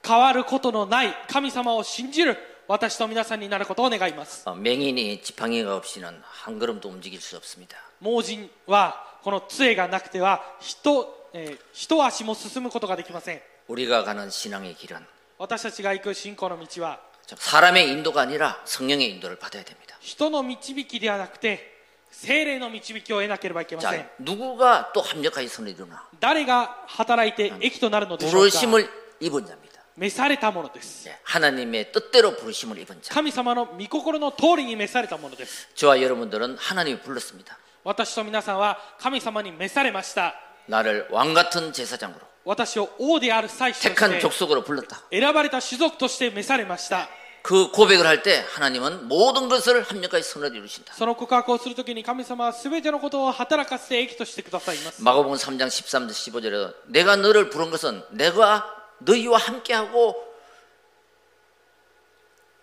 S2: 変わることのない神様を信じる私と皆さんになることを願います
S1: 어, 맹인이 지팡이가 없이는 한 걸음도 움직일 수 없습니다.
S2: 盲人はこの杖がなくては人、えー一足も進むことができません
S1: 우리가 가는 신앙의 길은
S2: 私たちが行く信仰の道は
S1: 참 사람의 인도가 아니라 성령의 인도를 받아야 됩니다.
S2: 人の導きではなくて精霊の導きを得なければいけません
S1: 자, 누구가 또 합력하여 선을 이루나?
S2: 誰が働いて益となるのでしょうか
S1: 부르심을 입은 자입니다.
S2: 召されたものです
S1: 예, 하나님의 뜻대로 부르심을 입은 자.
S2: 神様の御心の通りに召されたものです
S1: 저와 여러분들은 하나님이 불렀습니다.
S2: 私と皆さんは神様に召されました
S1: 나를 왕 같은 제사장으로
S2: 私を王である祭司と
S1: 택한
S2: して
S1: 족속으로 불렀다.
S2: 選ばれた種族として召されました
S1: 그 고백을 할 때 하나님은 모든 것을 합력하여 선을 이루신다.
S2: その告白をするときに神様は全てのことを働かせて益としてくださいます
S1: 마가복음 3장 13절 15절에 내가 너를 부른 것은 내가 너희와 함께하고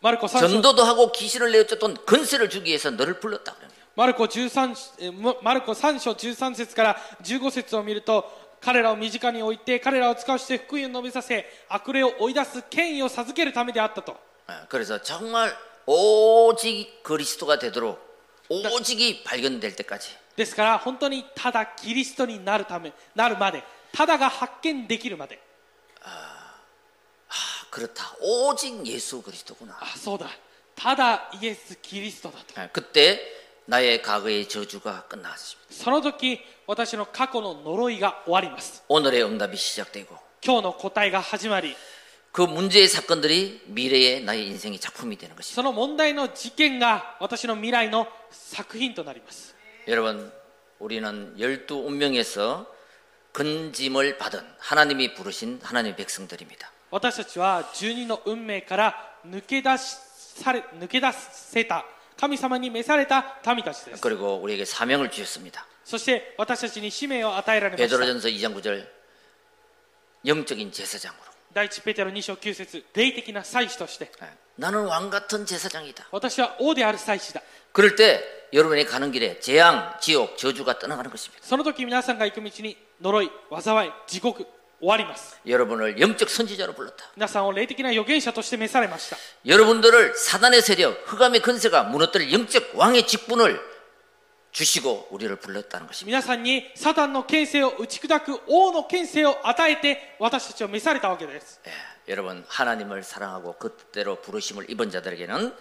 S2: マルコ3章
S1: 전도도 하고 기시를 내어줬던 근세를 주기 위해서 너를 불렀다. 그래요.
S2: マルコ13えーママルコ3章13節から15節を見ると彼らを身近に置いて彼らを使わして福音を述べさせ悪霊を追い出す権威を授けるためであったと
S1: 예, 그래서 정말 오직 그리스도가 되도록 오직이 발견될 때까지
S2: ですから本当にただキリストになるためなるまでただが発見できるまで
S1: 아, 그렇다. 오직 예수 그리스도구나.
S2: あそうだただイエス・キリストだと
S1: 예, 그때 나의 과거의 저주가 끝났습니다.
S2: その時私の過去の呪いが終わります
S1: 오늘의 응답이 시작되고
S2: 今日の答えが始まり
S1: 그 문제의 사건들이 미래의 나의 인생의 작품이 되는 것입니다.
S2: その問題の事件が私の未来の作品となります
S1: 여러분, 우리는 열두 운명에서 근짐을 받은 하나님이 부르신 하나님의 백성들입니다.
S2: 私たちは住人の運命から抜け出しされ抜け出せた神様に召された民たちです
S1: 그리고 우리에게 사명을 주셨습니다.
S2: そして私たちに使命を与えられました
S1: 베드로전서 2장 9절 영적인 제사장으로
S2: 第一ペテロ2章9節霊的な祭司として
S1: 예, 나는 왕 같은 제사장이다.
S2: 私は王である祭司だ
S1: 그럴 때 여러분이 가는 길에 재앙, 지옥, 저주가 떠나가는 것입니다.
S2: その時皆さんが行く道に呪い災い地獄終わります
S1: 여러분을 영적 선지자로 불렀다.
S2: 皆さんを霊的な預言者として召されました
S1: 여러분들을 사단의 세력, 흑암의 근세가 무너뜨릴 영적 왕의 직분을 주시고 우리를 불렀다는 것입니다.
S2: 皆さんにサタンの権勢を打ち砕く王の権勢を与えて私たちを召されたわけです
S1: 예, 여러분 하나님을 사랑하고 그대로 부르심을 입은 자들에게는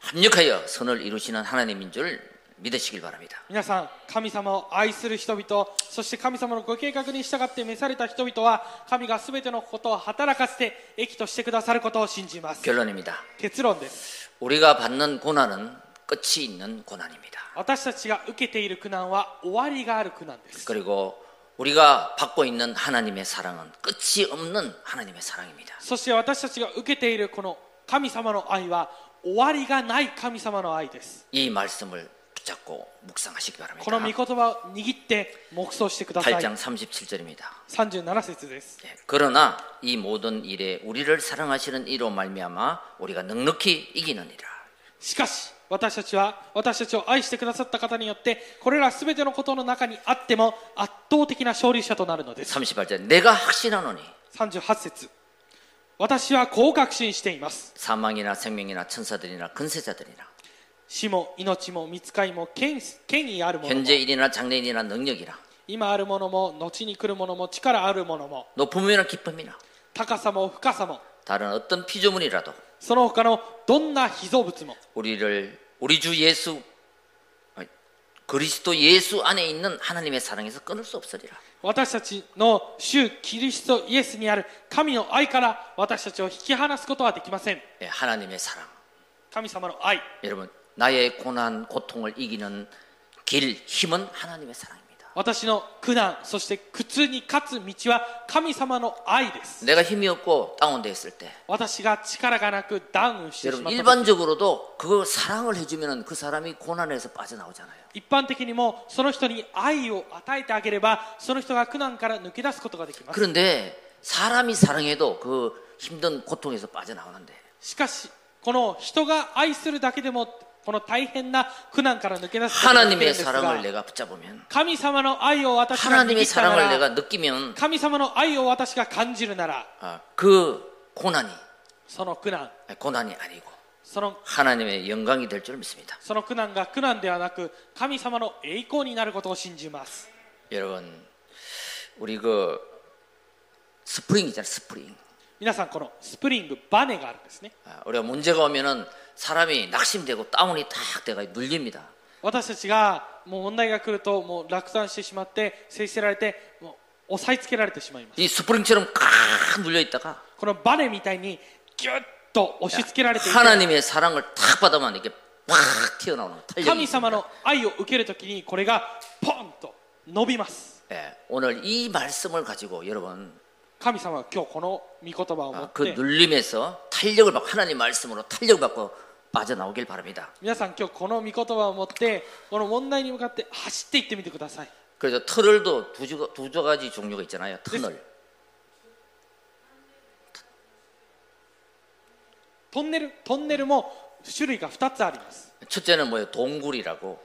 S1: 합력하여 선을 이루시는 하나님인 줄 믿으시길 바랍니다.
S2: 皆さん神様を愛する人々そして神様のご計画に従って召された人々は神が全てのことを働かせて益としてくださることを信じます
S1: 결론입니다.
S2: 結論です
S1: 우리가 받는 고난은 끝이 있는 고난입니다.
S2: 私たちが受けている苦難は終わりがある苦難です
S1: 그리고 우리가 받고 있는 하나님의 사랑은 끝이 없는 하나님의 사랑입니다.
S2: そして私たちが受けているこの神様の愛は終わりがない神様の愛です
S1: 이 말씀을 붙잡고 묵상하시기
S2: この御言
S1: 바랍니다.
S2: 葉を握って黙想してください
S1: 8장 37절입니다. 예,
S2: 37節です
S1: 그러나 이 모든 일에 우리를 사랑하시는 이로 말미암아 우리가 넉넉히 이기느니라.
S2: しかし私たちは私たちを愛してくださった方によってこれら全てのことの中にあっても圧倒的な勝利者となるのです
S1: 38절 내가 확신하노니
S2: 38節私はこう確信しています
S1: 사망이나 생명이나 천사들이나 근세자들이나
S2: 死も命も見つかりも権権威あるものも
S1: 현재 일이나 장래일이나 능력이나
S2: 今あるものも後に来るものも力あるものも
S1: 높음이나 기쁨이나
S2: 高さも深さも
S1: 다른 어떤 피조물이라도
S2: その他のどんな被造物も
S1: 우리를 우리 주 예수 아니, 그리스도 예수 안에 있는 하나님의 사랑에서 끊을 수 없으리라.
S2: 私たちの主キリストイエスにある神の愛から私たちを引き離すことはできません
S1: 예, 하나님의 사랑.
S2: 神様の愛
S1: 여러분 나의 고난 고통을 이기는 길 힘은 하나님의 사랑입니다.
S2: 私の苦難そして苦痛に勝つ道は神様の愛です
S1: 내가 힘이 없고 다운돼 있을 때
S2: 私が力がなくダウンしてし
S1: 여러분
S2: まった時
S1: 일반적으로도 그 사랑을 해주면 그 사람이 고난에서 빠져나오잖아요.
S2: 一般的にもその人に愛を与えてあげればその人が苦難から抜け出すことができます
S1: 그런데 사람이 사랑해도 그 힘든 고통에서 빠져나오는데
S2: しかしこの人が愛するだけでもこの大変な苦難から抜け出すことができるんで
S1: 하나님의
S2: すが
S1: 사랑을 내가 붙잡으면
S2: 神様の愛を私が握
S1: 하나님의
S2: ったな
S1: 사랑을
S2: ら
S1: 내가 느끼면
S2: 神様の愛を私が感じるなら
S1: 아, 그 고난이
S2: その苦難
S1: 고난이 아니고
S2: その
S1: 하나님의 영광이 될 줄 믿습니다.
S2: その苦難が苦難ではなく神様の栄光になることを信じます
S1: 여러분 우리 그 스프링이잖아요 스프링.
S2: 皆さんこのスプリングバネがあるんですね
S1: 아, 우리가 문제가 오면은 사람이 낙심되고 다운이 딱 돼가 눌립니다.
S2: 私たちがもう問題が来るともう落胆してしまって制せられてもう押さえつけられてしまいます
S1: 이 스프링처럼 꽉 눌려 있다가
S2: このバネみたいにギュッと押し付けられていて
S1: 하나님의 사랑을 탁 받으면 이렇게 팍 튀어나오는
S2: 神
S1: 탄력이
S2: 様の愛を受けるときにこれがポンと伸びます
S1: 예, 오늘 이 말씀을 가지고 여러분
S2: 神様は今日この御言葉を持
S1: 아,
S2: っ
S1: 그
S2: て
S1: 눌림에서 탄력을 받고 하나님 말씀으로 탄력을 받고 빠져나오길 바랍니다.
S2: 皆さん今日この御言葉を持ってこの問題に向かって走っていってみてください
S1: 그래서 터널도 두, 주- 두 가지 종류가 있잖아요. 터널.
S2: トンネルトンネルも種類が2つあります
S1: 첫째는 뭐예요? 동굴이라고.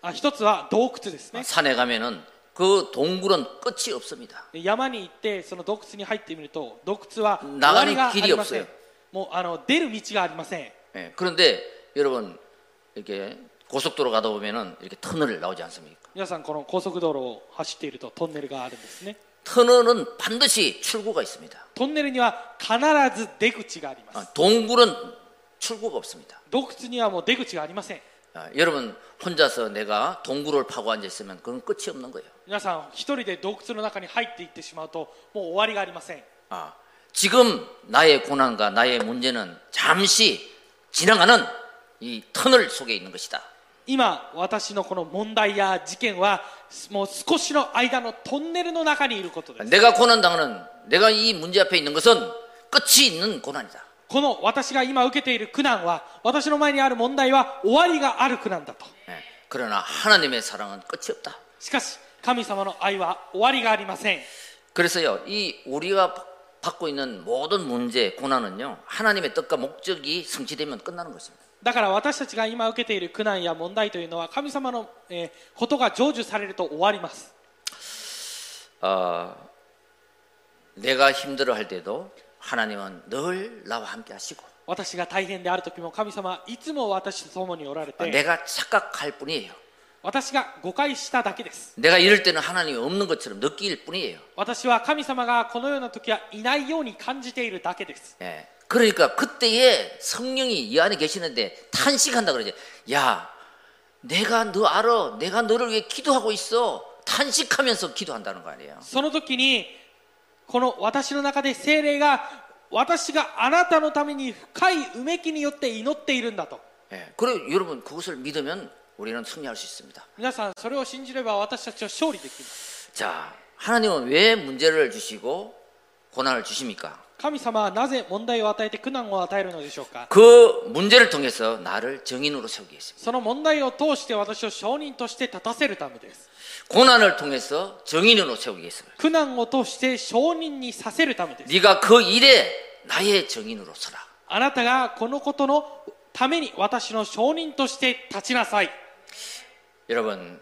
S2: あ1つは洞窟ですね
S1: 산에 가면은 그 동굴은 끝이 없습니다.
S2: で山に行ってその洞窟に入ってみると洞窟は終わ
S1: 長
S2: り
S1: い
S2: があ
S1: 切り
S2: りません
S1: 없어요
S2: もうあの出る道がありません
S1: 예, 그런데 여러분 이렇게 고속도로 가다 보면은 이렇게 터널 나오지 않습니까?
S2: 皆さんこの高速道路を走っているとトンネルがあるんですね
S1: 터널은 반드시 출구가 있습니다.
S2: トンネルには必ず出口があります
S1: 아, 동굴은 출구가 없습니다.
S2: 洞窟にはもう出口がありません
S1: 아, 여러분 혼자서 내가 동굴을 파고 앉아 있으면 그건 끝이 없는 거예요.
S2: 皆さん一人で洞窟の中に入っていってしまうともう終わりがありません
S1: 아, 지금 나의 고난과 나의 문제는 잠시 지나가는 이 터널 속에 있는 것이다.
S2: 今私のこの問題や事件はもう少しの間のトンネルの中にいることです
S1: 내가 고난당하는 내가 이 문제 앞에 있는 것은 끝이 있는 고난이다.
S2: この私が今受けている苦難は私の前にある問題は終わりがある苦難だと
S1: 예, 그러나 하나님의 사랑은 끝이 없다.
S2: しかし神様の愛は終わりがありません
S1: 그래서요, 이 우리가 바- 받고 있는 모든 문제, 고난은요, 하나님의 뜻과 목적이 성취되면 끝나는 것입니다.
S2: だから私たちが今受けている苦難や問題というのは神様の、えーことが成就されると終わります
S1: 아, 내가 힘들어 할 때도 하나님은 늘 나와 함께 하시고,
S2: 私が大変である時も神様はいつも私と共におられ
S1: 아,
S2: て
S1: 내가 착각할 뿐이에요.
S2: 私が誤解しただけです。
S1: 내가 이럴 때는 하나님이 없는 것처럼 느낄 뿐이에요.
S2: 私は神様がこのような時はいないように感じているだけです。
S1: 예. 그러니까 그때에 성령이 이 안에 계시는데 탄식한다 그러지. 야, 내가 너 알아. 내가 너를 위해 기도하고 있어. 탄식하면서 기도한다는 거 아니에요.
S2: その時にこの私の中で精霊が私があなたのために深いうめきによって祈っているんだと
S1: 예. 그리고 여러분 그것을 믿으면 우리는 승리할 수 있습니다.
S2: 皆さんそれを信じれば私たちは勝利できます
S1: 자, 하나님은 왜 문제를 주시고 고난을 주십니까?
S2: 神様はなぜ問題を与えて苦難を与えるのでしょうか
S1: 그 문제를 통해서 나를 정인으로 세우기 위해서.
S2: その問題を通して私を証人として立たせるためです
S1: 고난을 통해서 정인으로 세우기 위해서.
S2: 苦難を通して証人にさせるためです
S1: 네가 그 일에 나의 정인으로 서라.
S2: あなたがこのことのために私の証人として立ちなさい
S1: 여러분,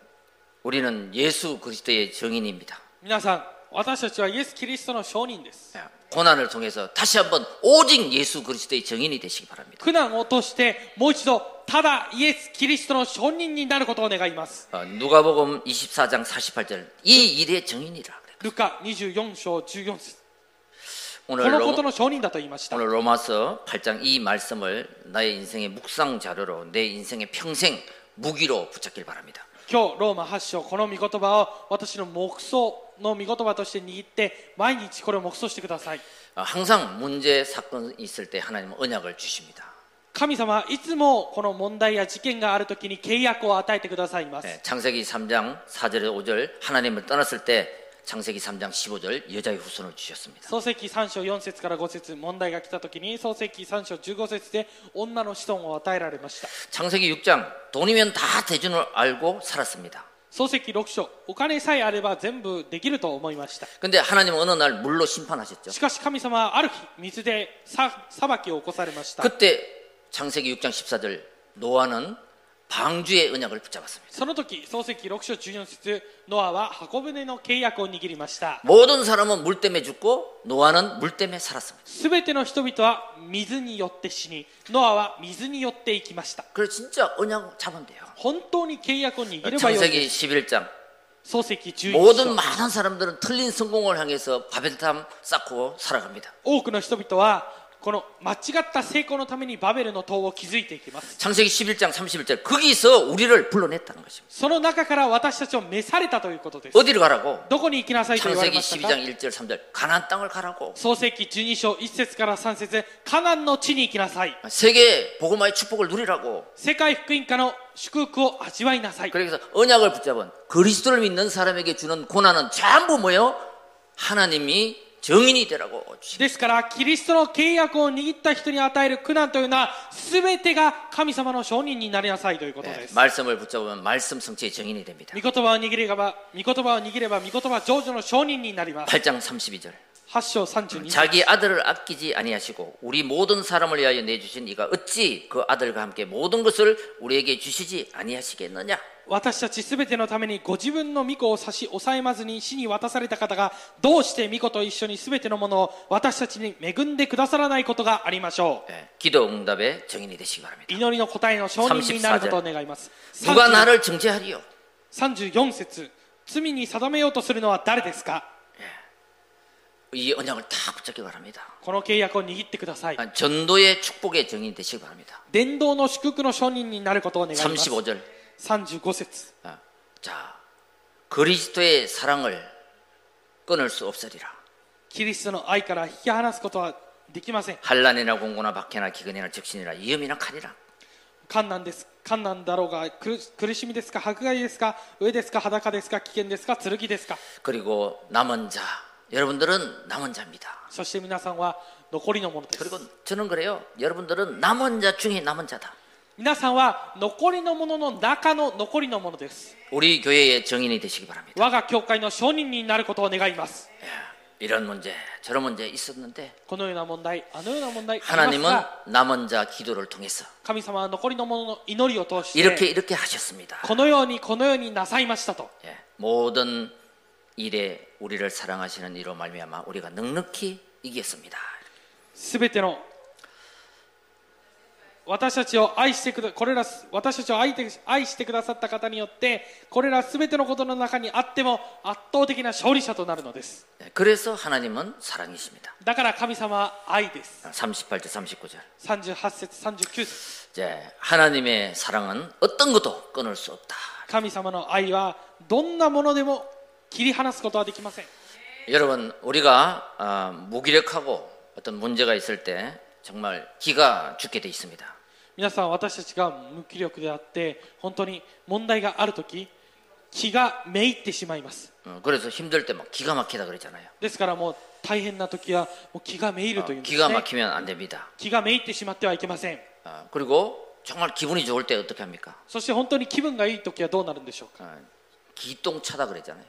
S1: 우리는 예수 그리스도의 정인입니다.
S2: 皆さん私たちはイエス・キリストの証人です
S1: 고난을 통해서 다시 한번 오직 예수 그리스도의 정인이 되시기 바랍니다.
S2: 苦難を通してもう一度ただイエス・キリストの証人になることを願います
S1: 어, 누가복음 24장 48절 이 일의 정인이라 그래요.
S2: ルカ24章14節こ
S1: 오늘
S2: のこと
S1: 로마,
S2: の証人だと言いました
S1: 오늘 로마서 8장 이 말씀을 나의 인생의 묵상 자료로 내 인생의 평생 무기로 붙잡길 바랍니다.
S2: 今日ローマ8章この御言葉を私の黙想の御言葉として握って毎日これを黙想してください
S1: 어, 항상 문제 사건 이 있을 때 하나님은 언약을 주십니다.
S2: 神様はいつもこの問題や事件がある時に契約を与えてくださいます、
S1: 네, 창세기 3장 4절에서 5절 하나님을 떠났을 때 창세기 3장 15절 여자의 후손을 주셨습니다.
S2: 創世記3章4節から5節問題が来た時に創世記3章15節で女の子孫を与えられました
S1: 창세기 6장 돈이면 다 대준을 알고 살았습니다.
S2: 漱石6章お金さえあれば全部できると思いました
S1: 근데 하나님은 어느 날 물로 심판하셨죠.
S2: しかし神様はある日水でさ裁きを起こされました
S1: 그때 창세기 6장 14절 노아는 방주의 언약을 붙잡았습니다.
S2: その時漱石6章14節ノアは箱舟の契約を握りました
S1: 모든 사람은 물 때문에 죽고 노아는 물 때문에 살았습니다.
S2: 全ての人々は水によって死にノアは水によって生きました
S1: 그래서 진짜 언약 잡으면 돼요.
S2: 本当に契約を握ればよい
S1: 창세기 11장
S2: 漱石11
S1: 모든
S2: 章
S1: 많은 사람들은 틀린 성공을 향해서 바벨탑 쌓고 살아갑니다.
S2: 多くの人々はこの間違った成功のためにバベルの塔を築いていきます
S1: 창세기 11장 31절 거기서 우리를 불러냈다는 것입니다.
S2: その中から私たちを召されたということです
S1: 어디를 가라고?
S2: どこに行きなさいと言われ
S1: 창세기
S2: ましたか
S1: 12장 1절 3절 가나안 땅을 가라고.
S2: 創世記12章1節から3節カナンの地に行きなさい
S1: 세계 복음화의 축복을 누리라고.
S2: 世界福音家の祝福を味わいなさい
S1: 그래서 언약을 붙잡은 그리스도를 믿는 사람에게 주는 고난은 전부 뭐예요? 하나님이 정인이 되라고 주신.
S2: ですからキリストの契約を握った人に与える苦難というのは全てが神様の証人になりなさいということ
S1: 네,
S2: です、
S1: 말씀을 붙잡으면 말씀 성취의 정인이 됩니다.
S2: 御言葉を握れば御言葉を握れば御言葉成就の証人になります
S1: 8장 32절.
S2: 8章32節
S1: 자기 아들을 아끼지 아니하시고 우리 모든 사람을 위하여 내주신 이가 어찌 그 아들과 함께 모든 것을 우리에게 주시지 아니하시겠느냐?
S2: 私たち全てのためにご自分の御子を差し抑えまずに死に渡された方がどうして御子と一緒に全てのものを私たちに恵んでくださらないことがありましょう
S1: 네, 기도 응답의 정인이 되시기 바랍니다.
S2: 祈りの答えの証人になることを願います。
S1: 누가 나를 정죄하리요?
S2: 34節罪に定めようとするのは誰ですか
S1: 이 언약을 다 붙잡기 바랍니다.
S2: この契約を握ってください。
S1: 아, 전도의 축복의 정인이 되시기 바랍니다.
S2: 伝道の祝福の証人になることを願います。
S1: 35절.
S2: 35節
S1: 아, 자, 그리스도의 사랑을 끊을 수 없으리라.
S2: キリストの愛から引き離すことはできません。
S1: 한란이나 공고나 박해나 기근이나 적신이나 위험이나 칼이라.
S2: 困難です。困難だろうが苦苦しみですか迫害ですか上ですか裸ですか危険ですか剣ですか
S1: 그리고 남은 자. 여러분들은 남은 자입니다.
S2: そして皆さんは残りのものです。
S1: 그리고 저는 그래요. 여러분들은 남은 자 중에 남은 자다.
S2: 皆さんは残りのものの中の残りのものです。
S1: 우리 교회의 정인이 되시기 바랍니다.
S2: 我が教会の証人になることを願います。
S1: 예, 이런 문제, 저런 문제 있었는데
S2: このような問題、あのような問題、あります
S1: 하나님은
S2: が
S1: 남은 자 기도를 통해서
S2: 神様は残りのものの祈りを通し
S1: 이렇게
S2: て、
S1: 이렇게 하셨습니다.
S2: このようにこのようになさいましたと。
S1: 예, 모든 일에 우리를 사랑하시는 이로 말미암아 우리가 넉넉히 이겼습니다.
S2: すべての私たちを愛してくだこれらす私たちを愛て愛してくださった方によってこれらすべてのことの中にあっても圧倒的な勝利者となるのです
S1: 예, 그래서 하나님은 사랑이십니다.
S2: だから神様は愛です
S1: 38절 39절.
S2: 38節39節
S1: 이제 하나님의 사랑은 어떤 것도 끊을 수 없다.
S2: 神様の愛はどんなものでも切り離すことはできません
S1: 여러분 우리가 아, 무기력하고 어떤 문제가 있을 때 정말 기가 죽게 돼 있습니다.
S2: 皆さん私たちが無気力であって本当に問題がある時気がめいってしまいます
S1: 어, 그래서 힘들 때 막 기가 막히다 그랬잖아요.
S2: ですからもう大変な時はもう気がめいる
S1: 어,
S2: というんです、
S1: 기가
S2: ね、
S1: 막히면 안 됩니다.
S2: 気がめいってしまってはいけません
S1: 어, 그리고 정말 기분이 좋을 때 어떻게 합니까?
S2: そして本当に気分がいい時はどうなるんでしょうか
S1: 어, 기똥차다 그랬잖아요.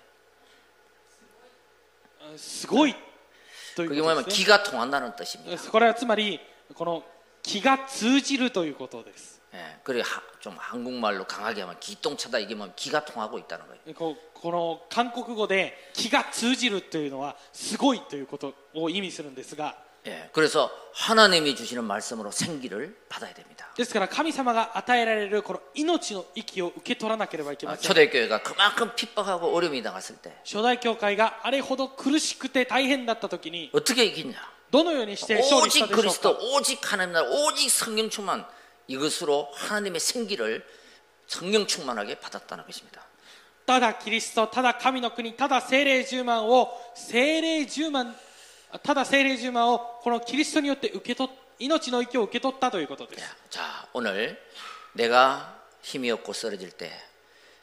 S2: すごいというこ
S1: 그게
S2: と
S1: 뭐냐면
S2: です、
S1: 기가 통한다는 뜻입니다.
S2: ね、これはつまりこの気が通じるということです
S1: 예, 그리고 하- 좀 한국말로 강하게 하면 기똥차다 이게 뭐 기가 통하고 있다는 거예요.
S2: こうこの韓国語で気が通じるというのはすごいということを意味するんですが
S1: 예, 그래서 하나님이 주시는 말씀으로 생기를 받아야 됩니다.
S2: ですから神様が与えられるこの命の息を受け取らなければいけ
S1: 아,
S2: ません
S1: 초대교회가 그만큼 핍박하고 어려움이 당했을 때
S2: 初代教会があれほど苦しくて大変だった時に
S1: 어떻게 이기냐?
S2: どのようにして勝利した
S1: 오직
S2: でしょう
S1: 그리스도,
S2: か
S1: 오직 하나님 나라, 오직 성령 충만 이것으로 하나님의 생기를 성령 충만하게 받았다는 것입니다.
S2: ただキリストただ神の国ただ精霊十万を精霊十万ただ精霊十万をこのキリストによって受け取っ命の息を受け取ったということです
S1: 야, 자, 오늘 내가 힘이 없고 쓰러질 때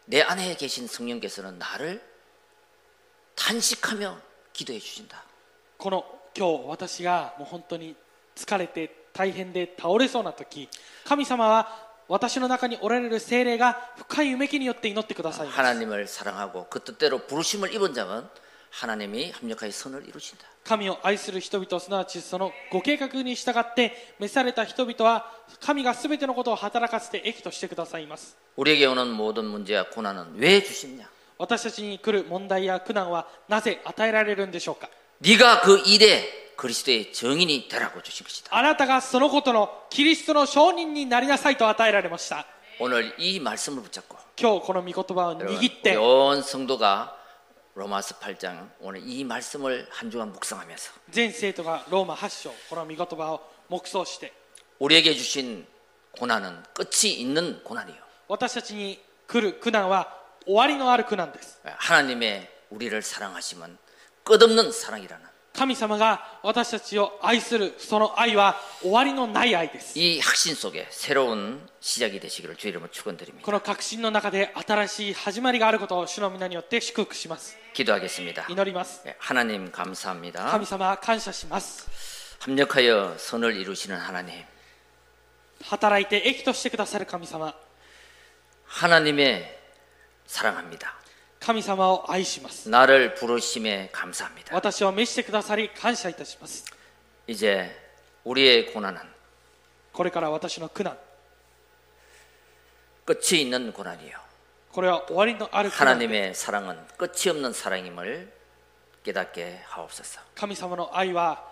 S1: 내 안에 계신 성령께서는 나를 탄식하며 기도해 주신다.
S2: この今日私がもう本当に疲れて大変で倒れそうな時神様は私の中におられる精霊が深い夢きによって祈ってくださいます
S1: 하나님을 사랑하고 그 뜻대로 부르심을 입은 자는 하나님이 합력하여 선을 이루신다.
S2: 神を愛する人々すなわちそのご計画に従って召された人々は神が全てのことを働かせて益としてくださいます
S1: 우리에게 오는 모든 문제와 고난은 왜 주시냐?
S2: 私たちに来る問題や苦難はなぜ与えられるんでしょうか
S1: 네가 그 일에 그리스도의 정인이 되라고 주신 것이다.
S2: あなたがそのことのキリストの証人になりなさいと与えられました
S1: 오늘 이 말씀을 붙잡고
S2: 今日この御言葉を
S1: 여러분,
S2: 握っ
S1: 우리
S2: て
S1: 온 성도가 로마서 8장 오늘 이 말씀을 한 주간 묵상하면서
S2: 全生徒がローマ8章この御言葉を黙想して
S1: 우리에게 주신 고난은 끝이 있는 고난이요.
S2: 私たちに来る苦難は終わりのある苦難です
S1: 예, 하나님의 우리를 사랑하심은 끝없는 사랑이라는
S2: 神様が私たちを愛するその愛は終わりのない愛です
S1: 이 확신 속에 새로운 시작이 되시기를 주의 이름으로 축원드립니다.
S2: この確信の中で新しい始まりがあることを主の皆によって祝福します
S1: 기도하겠습니다.
S2: 祈ります
S1: 예, 하나님 감사합니다.
S2: 神様感謝します
S1: 합력하여 선을 이루시는 하나님.
S2: 働いて益としてくださる神様
S1: 하나님의 사랑합니다.
S2: 神様を愛します
S1: 나를 부르심에 감사합니다.
S2: 私を召してくださり感謝いたします
S1: 이제 우리의 고난은
S2: これから私の苦難
S1: 끝이 있는 고난이요.
S2: これは終わりのある苦難
S1: 하나님의 사랑은 끝이 없는 사랑임을 깨닫게 하옵소서.
S2: 神様の愛は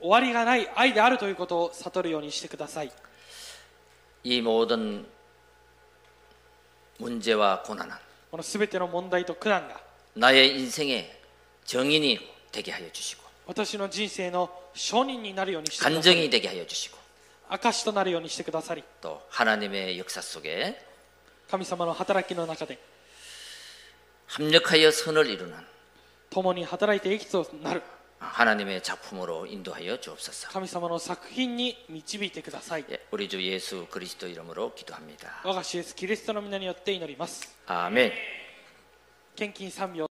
S2: 終わりがない愛であるということを悟るようにしてください
S1: 이 모든 문제와 고난은
S2: この全ての問題と苦難が
S1: 나의 인생의 정인이 되게 하여 주시고
S2: 私の人生の証人になるようにしてください
S1: 간증이 되게 하여 주시고
S2: 証しとなるようにしてくださり
S1: 또 하나님의 역사 속에
S2: 神様の働きの中で
S1: 합력하여 선을 이루는
S2: 共に働いて益となる
S1: 하나님의 작품으로 인도하여 주옵소서.
S2: 神様の作品に導いてください
S1: 예, 우리 주 예수 그리스도 이름으로 기도합니다.
S2: 我が主イエスキリストの皆によって祈ります
S1: 아멘.
S2: 献金3秒